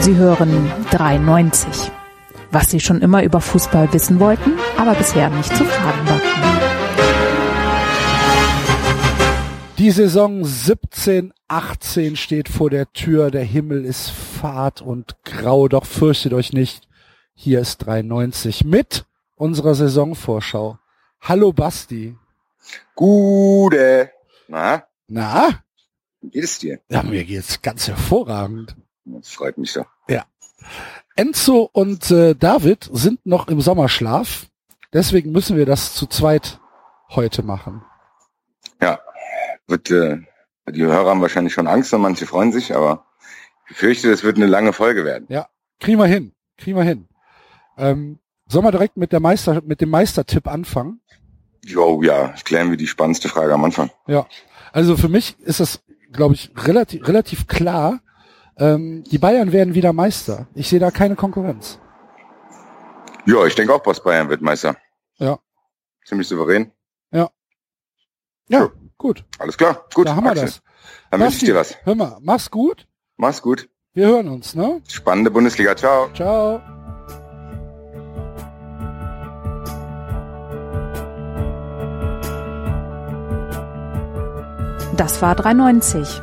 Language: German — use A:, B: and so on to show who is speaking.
A: Sie hören 93. Was Sie schon immer über Fußball wissen wollten, aber bisher nicht zu fragen wagten.
B: Die Saison 17, 18 steht vor der Tür. Der Himmel ist fad und grau, doch fürchtet euch nicht. Hier ist 93 mit unserer Saisonvorschau. Hallo Basti.
C: Gute. Na,
B: Na?
C: wie geht es dir?
B: Ja, mir geht's ganz hervorragend.
C: Das freut mich doch.
B: Enzo und äh, David sind noch im Sommerschlaf. Deswegen müssen wir das zu zweit heute machen.
C: Wird, äh, die Hörer haben wahrscheinlich schon Angst und manche freuen sich, aber ich fürchte, das wird eine lange Folge werden.
B: Kriegen wir hin. Kriegen wir hin. Ähm, sollen wir direkt mit der Meister, mit dem Meistertipp anfangen?
C: Jo, ja, klären wir die spannendste Frage am Anfang.
B: Also für mich ist das, glaube ich, relativ, relativ klar. Ähm, die Bayern werden wieder Meister. Ich sehe da keine Konkurrenz.
C: Ja, ich denke auch, Boss Bayern wird Meister.
B: Ja.
C: Ziemlich souverän.
B: Ja, gut.
C: Alles klar. Gut.
B: da haben wir
C: Axel.
B: das.
C: Dann wünsche ich
B: Basti,
C: dir was.
B: Hör mal, mach's gut.
C: Mach's gut.
B: Wir hören uns, ne?
C: Spannende Bundesliga. Ciao.
B: Ciao.
A: Das war 390.